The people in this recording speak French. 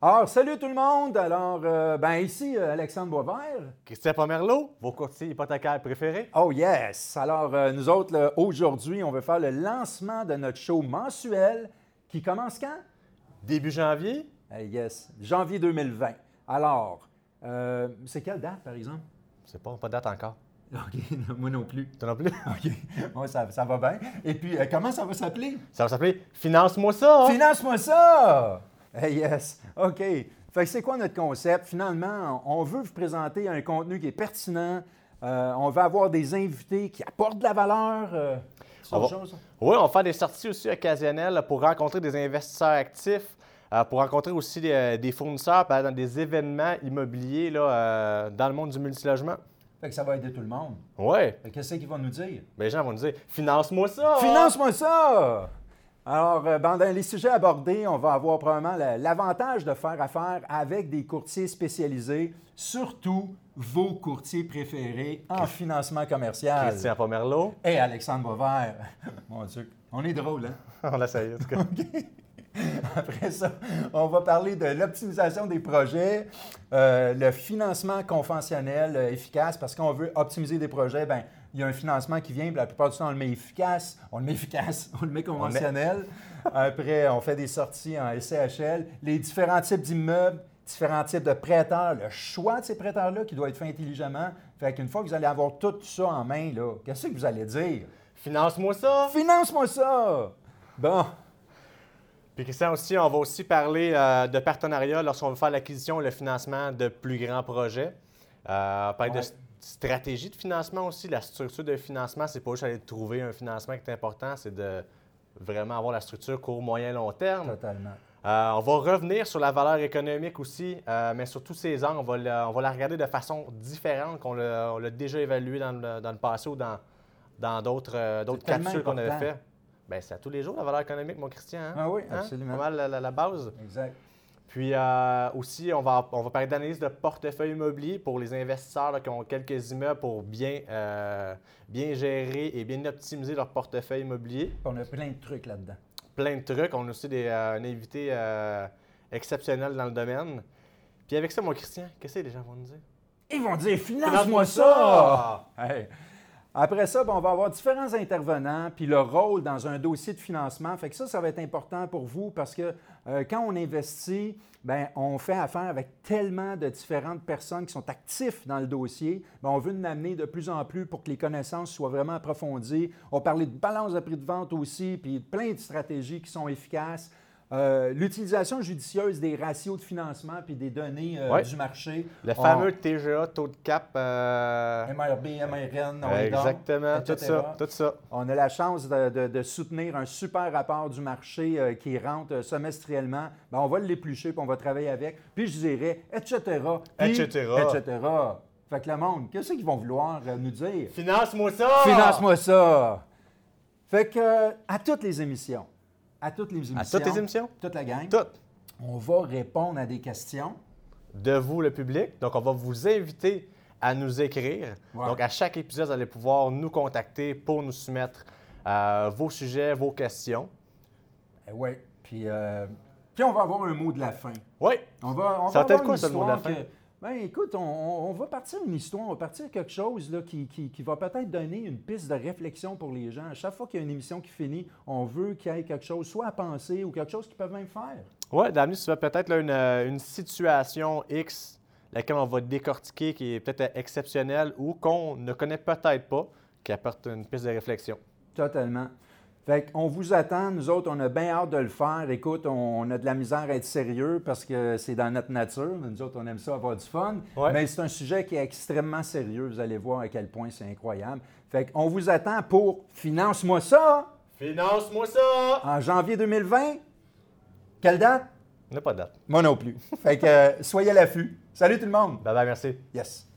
Alors, salut tout le monde. Alors, euh, ben ici, euh, Alexandre Boisvert. Christophe Pomerleau, vos courtiers hypothécaires préférés. Oh yes! Alors, euh, nous autres, là, aujourd'hui, on veut faire le lancement de notre show mensuel qui commence quand? Début janvier, Euh, yes, janvier 2020. Alors, euh, c'est quelle date, par exemple? c'est pas, pas de date encore. OK, non, moi non plus. Toi non plus? OK, Ouais, ça, ça va bien. Et puis, euh, comment ça va s'appeler? Ça va s'appeler Finance-moi ça! hein? Finance-moi ça! Eh yes, OK. Fait que c'est quoi notre concept? Finalement, on veut vous présenter un contenu qui est pertinent. Euh, on va avoir des invités qui apportent de la valeur. euh, sur On va- chose. Oui, on va faire des sorties aussi occasionnelles pour rencontrer des investisseurs actifs, euh, pour rencontrer aussi des, des fournisseurs par exemple, dans des événements immobiliers là, euh, dans le monde du multilogement. Fait que ça va aider tout le monde. Oui, Fait que Qu'est-ce qu'ils vont nous dire? les gens vont nous dire Finance-moi ça! hein? Finance-moi ça! Alors, euh, ben, dans les sujets abordés, on va avoir probablement la- l'avantage de faire affaire avec des courtiers spécialisés, surtout vos courtiers préférés en financement commercial. Christian Pomerleau, Et Alexandre Boisvert. Mon Dieu, on est drôle, hein? on l'a sérieux, en tout cas. Après ça, on va parler de l'optimisation des projets, euh, le financement conventionnel euh, efficace, parce qu'on veut optimiser des projets. Ben, il y a un financement qui vient, puis la plupart du temps, on le met efficace, on le met efficace, on le met conventionnel. Après, on fait des sorties en SCHL, les différents types d'immeubles, différents types de prêteurs, le choix de ces prêteurs-là qui doit être fait intelligemment. Fait qu'une fois que vous allez avoir tout ça en main, là, qu'est-ce que vous allez dire? Finance-moi ça! Finance-moi ça! Bon, Puis Christian aussi, on va aussi parler euh, de partenariat lorsqu'on veut faire l'acquisition et le financement de plus grands projets. Euh, on parle Ouais. de st- stratégie de financement aussi. La structure de financement, c'est pas juste aller trouver un financement qui est important, c'est de vraiment avoir la structure court, moyen, long terme. totalement. Euh, on va revenir sur la valeur économique aussi, euh, mais sur tous ces angles, on va, la, on va la regarder de façon différente qu'on l'a on l'a déjà évaluée dans le, dans le passé ou dans dans d'autres euh, d'autres tellement capsules qu'on avait important. fait. Ben, c'est à tous les jours la valeur économique, mon Christian. hein? Ah oui, Hein? absolument. Pas mal la, la- la base. Exact. Puis euh, aussi, on va, on va parler d'analyse de portefeuille immobilier pour les investisseurs là, qui ont quelques immeubles pour bien, euh, bien gérer et bien optimiser leur portefeuille immobilier. Puis On a plein de trucs là-dedans. Plein de trucs. On a aussi des, euh, un invité euh, exceptionnel dans le domaine. Puis avec ça, mon Christian, qu'est-ce que les gens vont nous dire? Ils vont dire finance-moi Finance-moi ça! Hey. Après ça, ben, on va avoir différents intervenants, puis le rôle dans un dossier de financement. Fait que ça, ça va être important pour vous parce que euh, quand on investit, ben, on fait affaire avec tellement de différentes personnes qui sont actifs dans le dossier. Ben, on veut nous amener de plus en plus pour que les connaissances soient vraiment approfondies. On parlait de balance de prix de vente aussi, puis plein de stratégies qui sont efficaces. Euh, L'utilisation judicieuse des ratios de financement puis des données euh, Ouais. du marché. Le On- fameux TGA, taux de cap. euh, MRB, MRN, on est dans, exactement, tout etc. ça, tout ça. On a la chance de, de- de soutenir un super rapport du marché euh, qui rentre euh, semestriellement. Ben, on va l'éplucher, puis on va travailler avec. Puis je dirais, etc. puis, Etc.. etc. Fait que le monde, qu'est-ce qu'ils vont vouloir euh, nous dire? Finance-moi ça! Finance-moi ça! Fait que, euh, à toutes les émissions, à toutes les émissions, À toutes les émissions? toute la gang, Toutes! on va répondre à des questions. de vous, le public. Donc, on va vous inviter à nous écrire. Ouais. Donc, à chaque épisode, vous allez pouvoir nous contacter pour nous soumettre euh, vos sujets, vos questions. oui. Eh Puis, euh, puis on va avoir un mot de la fin. Oui, On va, on Ça va va être avoir quoi, une ça, le mot de la histoire fin? que- Ben, écoute, on, on- on va partir une histoire, on va partir quelque chose là, qui, qui- qui va peut-être donner une piste de réflexion pour les gens. À chaque fois qu'il y a une émission qui finit, on veut qu'il y ait quelque chose, soit à penser ou quelque chose qu'ils peuvent même faire. ouais, Damien, tu vas peut-être là, une, euh, une situation X, laquelle on va décortiquer, qui est peut-être exceptionnelle ou qu'on ne connaît peut-être pas, qui apporte une piste de réflexion. Totalement. Fait qu'on vous attend, nous autres, on a bien hâte de le faire. Écoute, on, on a de la misère à être sérieux parce que c'est dans notre nature. Nous autres, on aime ça avoir du fun. Ouais. Mais c'est un sujet qui est extrêmement sérieux. Vous allez voir à quel point c'est incroyable. Fait qu'on vous attend pour Finance-moi ça! Finance-moi ça! en janvier 2020. Quelle date? On n'a pas de date. Moi non plus. Fait que euh, soyez à l'affût. Salut tout le monde. Bye bye, merci. Yes.